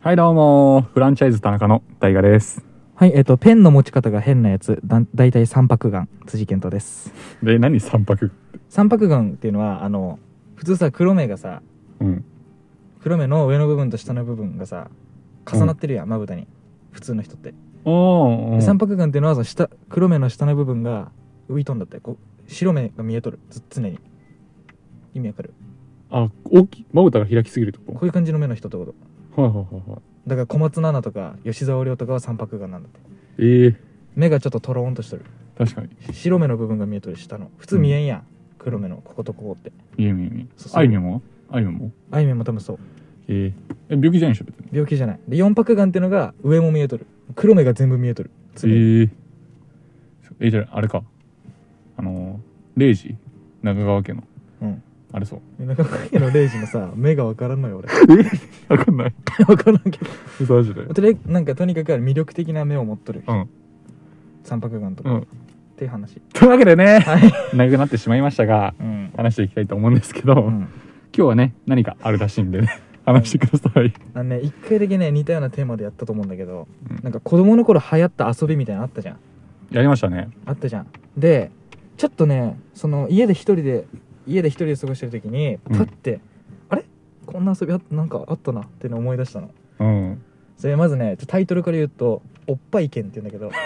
はいどうも、フランチャイズ田中の大我です。はい、えっと、ペンの持ち方が変なやつ、だだいたい三白眼、辻健斗です。で、何三泊三白眼っていうのは、あの、普通さ、黒目がさ、うん。黒目の上の部分と下の部分がさ、重なってるやん、まぶたに。普通の人って。おでー三白眼っていうのはさ、下、黒目の下の部分が浮いとんだって、こう、白目が見えとる、ず常に。意味わかるあ、大きい、まぶたが開きすぎるとこ。こういう感じの目の人ってこと。はいはいはいはい。だから小松菜奈とか吉沢亮とかは三白眼なんだって。ええ目がちょっとトローンとしとる。確かに。白目の部分が見えとる、下の。普通見えんやん。黒目の、こことここって。いえみえみ。そうそうあいみょんはあいみょんもあいみょんも多分そう。えええ、病気じゃないでしょ、別に。病気じゃないで四白眼っていうのが上も見えとる黒目が全部見えとる常にえええ、じゃあ、あれか。あのー、レイジ中川家の。うん。あれそう。中川家のレイジのさ 目が分からんのよ俺 わかんない。分からんけマジで。どとりあえずなんかとにかく魅力的な目を持っとるうん。三白眼とか、うんっていう話というわけでね、 はい長くなってしまいましたが、うん、話していきたいと思うんですけど、う今ん日はね、何かあるらしいんで ね、話してください。あのね、一回だけね似たようなテーマでやったと思うんだけど、うんなんか子供の頃流行った遊びみたいなのあったじゃんやりましたね。あったじゃんでちょっとねその家で一人で家で一人で過ごしてる時にうんパッて、あれこんな遊びあなんかあったなっていうのを思い出したのうん。それまずねちょタイトルから言うと「おっぱい犬」って言うんだけど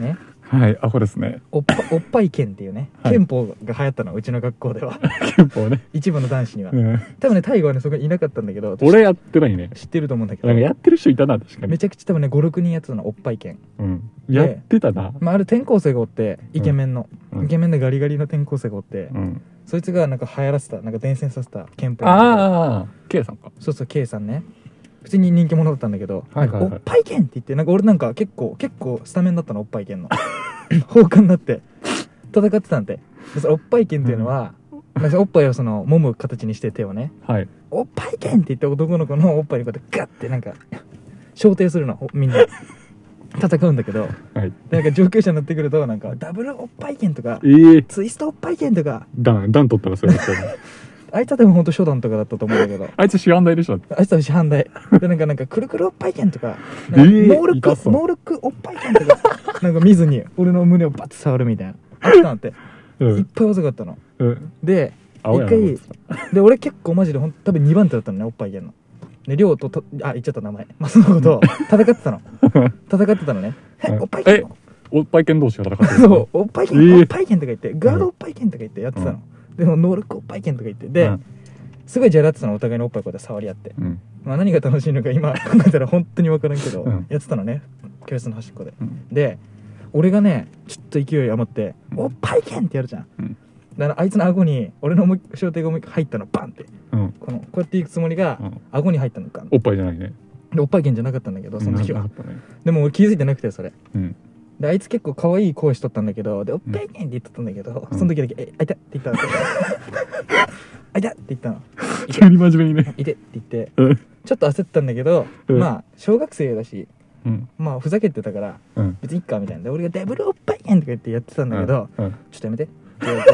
ねはい、アホですね。おっぱおっぱい犬っていうねはい憲法が流行ったのうちの学校では憲法ね。一部の男子にはうん。多分ね大悟はねそこにいなかったんだけど俺やってないね。知ってると思うんだけなんかやどってる人いたな、確かにめ。ちゃくちゃ多分ね56人やってたのおっぱい犬、うん。やってたな。まあ、ある転校生がおってイケメンの、うんイケメンでガリガリの転校生がおって、うん。そいつがなんか流行らせたなんか伝染させた憲法あああ、K さんか。そうそう K さんね普通に人気者だったんだけど、はいはいはいなんかおっぱい犬って言ってなんか俺なんか結構結構スタメンだったのおっぱい犬の 放火になって戦ってたんででそのおっぱい犬っていうのは、なんかおっぱいをその揉む形にして手をねはい。おっぱい犬って言って男の子のおっぱいにこうやってガッてなんか焦点するのみんな戦うんだけどはい。でなんか上級者になってくるとなんかダブルおっぱい犬とかええツイストおっぱい犬とかダン、ダン取ったらそれだったよねあいつはでもほんと初段とかだったと思うんだけど あいつ知らんないでしょ。あいつは師範 代。で、なんか、なんか、くるくるおっぱい券とか、えなんかーノールック、痛そうノールックおっぱい券とか、 なんか見ずに、俺の胸をバッて触るみたいな。あったんって。ういっん。ぱい遅かったの。うん。で、青やな一回こいつで、俺結構マジで、ほん多分2番手だったのね、おっぱい券の。で、りょうとと、あ、言っちゃった名前。まあ、そのこと、戦っ てたの。戦ってたのね。え、うんおっぱい券おっぱい犬同士が戦ってるそう、おっぱい券、えーおっぱい券とか言って、ガードおっぱい券とか言ってやってたの。でも、ノールックおっぱい券とか言って、で、うんすごいじゃらってたの、お互いのおっぱいこうやって触り合って。うん。まあ、何が楽しいのか今 考えたら本当に分からんけど、うんやってたのね教室の端っこでうん。で俺がねちょっと勢い余ってう「んおっぱいけん!」ってやるじゃん、うんだからあいつの顎に俺の思い小手が思いっきり入ったのバンってうん。このこうやっていくつもりが、うん顎に入ったのかおっぱいじゃないね。でおっぱいけんじゃなかったんだけどその時なはかったね。でも俺気づいてなくてそれうん。であいつ結構可愛い声しとったんだけどで「おっぱいけん!」って言っとったんだけど、その時だけ「えあいた!」って 言ったのあいたって言ったの急に真面目にね。 「いて!」って言ってうん。ちょっと焦ったんだけど、うんまあ小学生だしうん。まあふざけてたからうん。別にいっかみたいなで俺が「ダブルおっぱいやん!」とか言ってやってたんだけど、うんうん。ちょっとやめてって言われ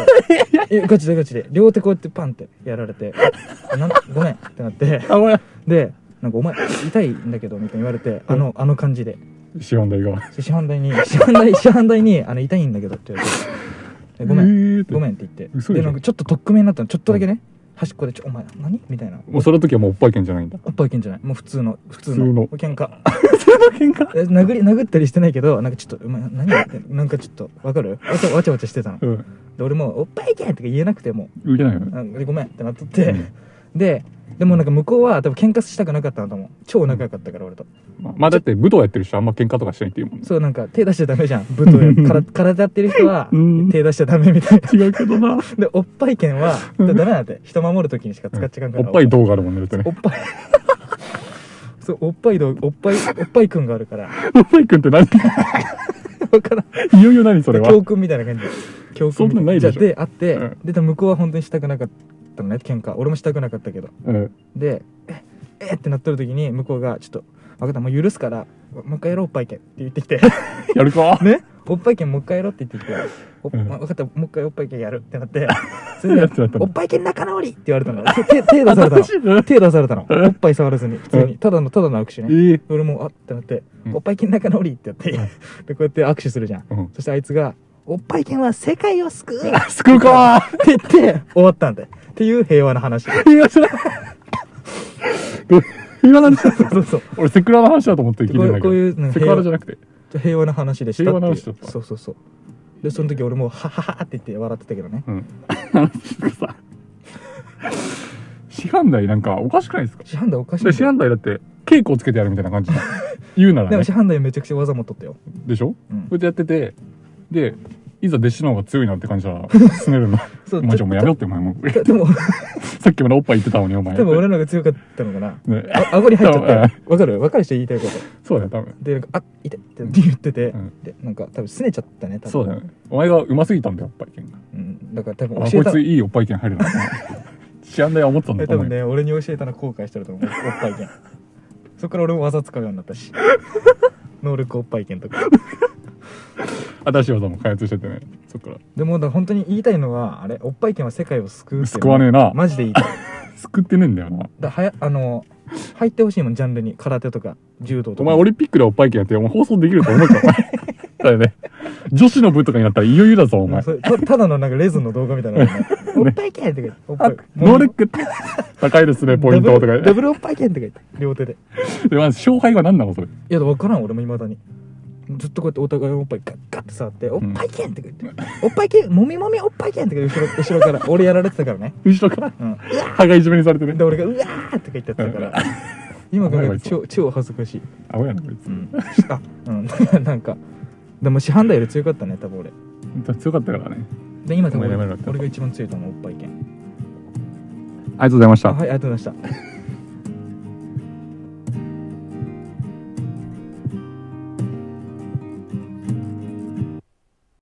てえガチでガチで両手こうやってパンってやられて「なんごめん」ってなってあ、おや。で「なんかお前痛いんだけど」みたいに言われてあのあの感じで資本代が。師範台に師範台師範台にあの「痛いんだけど」って言われてで「ごめんんごめん。ん」って言って嘘でしょでなんかちょっと取っ組みになったのちょっとだけね、端っこで「ちょお前何?」みたいなもうその時はもうおっぱい犬じゃ ないんだ。おっぱいけんじゃないもう普通の普通普通のの喧嘩喧嘩え殴り殴ったりしてないけどなんかちょっと「お前何やってんのなんかちょっとわかるわちゃわちゃわちゃしてたのでうん。俺もう「おっぱいけ!」とか言えなくても売れないようね。なんかごめんってなっとって、ででもなんか向こうは多分喧嘩したくなかったんだと思う超仲良かったから俺と、まあだって武道やってる人あんま喧嘩とかしないっていうもんね。そうなんか手出しちゃダメじゃん武闘やから体やってる人はうん手出しちゃダメみたいな違うけどな。でおっぱい剣はだダメなんだって人守る時にしか使っちゃいかんかおら、っぱい動画あるもんね、だっておね。っぱい そうおっぱいのおっぱいおっぱいくんがあ るからおっぱいくんって何分からんいよいよ何それは。教訓みたいな感じ教訓みたそんなないでしょじゃあであって、うんで多分向こうは本当にしたくなかったのね喧嘩俺もしたくなかったけどうん。でええってなっとる時に 向こうがちょっと「分かったもう許すからもう一回やろうおっぱいけ」って言ってきてやるかねおおっぱい剣もう一回やろうって言ってきておうん分かったもう一回おっぱい剣やるって なってそやれっでてなったおのっぱい剣仲直りって言われたの手手手出されたの新しいの手出されたのおっぱい触らずに普通にただのただの握手ねええ俺もあってなってうんおっぱい剣仲直りってやってでこうやって握手するじゃんうんそしてあいつがおっぱい剣は世界を救うって救うか言って終わったんだよっていう平和な話そうーいやそれどう今何したそうそう俺セクラの話だと思って聞いてんだけどこういうこういうなんかセクハラじゃなくて平和な話でしたって平和ない話だっうたそうそうそうでその時俺もハハハって言って笑ってたけどね うんなんかさ師範代なんかおかしくないですか師範代おかしいんでだよ師範代だって稽古をつけてやるみたいな 感じじゃん言うなでらもね師範代めちゃくちゃ技持っとったよ、でしょこうんうやってやっててでいざ弟子の方が強いなって感じ たら進めるのそうお前ちょお前やめろってお前もう でもさっきまでおっぱい言ってたのにお前多分俺の方が強かったのかなねあ顎に入っちゃった多よわかるわかる人言いたいことそうだよ多分でなんか「あ痛い」って言ってて、うんでなんか多分拗ねちゃったね多分そうだよねお前がうますぎたんだよおっぱい剣がうん、だから多あ分教こえいたついいおっぱい剣入るな 知らんだよ思ってたんだえと多思う分よね俺に教えたの後悔してると思うおっ ぱい剣そっから俺も技使うようになったし能力おっぱい剣とか新しい技も開発しててねそっからでもだから本当に言いたいのはあれおっぱい剣は世界を救うっていう救わねえなマジで言いたい救ってねえんだよなだはやあの入ってほしいもんジャンルに空手とか柔道とかお前オリンピックでおっぱい剣やってお前放送できると思うかお 前だよね女子の部とかになったらいよいよだぞおうん前それたただのなんかレズンの動画みたいなのね、おっぱい剣とか言っておっぱいノーレック高いですねポイントとかダねブルダブルおっぱい剣とか言って両手ででまず勝敗は何なのそれいや分からん俺もいまだにずっとこうやってお互いのおっぱいガッガッて触って「おっぱい剣」って言って「おっぱい剣もみもみおっぱい剣」って言って後ろ後ろから俺やられてたからね、後ろからうん、歯がいじめにされてねで俺が「うわー!」とか言ってやってたから今考えると超超恥ずかしい、あおやなこいつうん、あうんだからなん かでも市販代より強かったね多分俺本当に強かったからねで今多分お前や俺めろって俺が一番強いと思うおっぱい剣ありがとうございましあたはいありがとうございました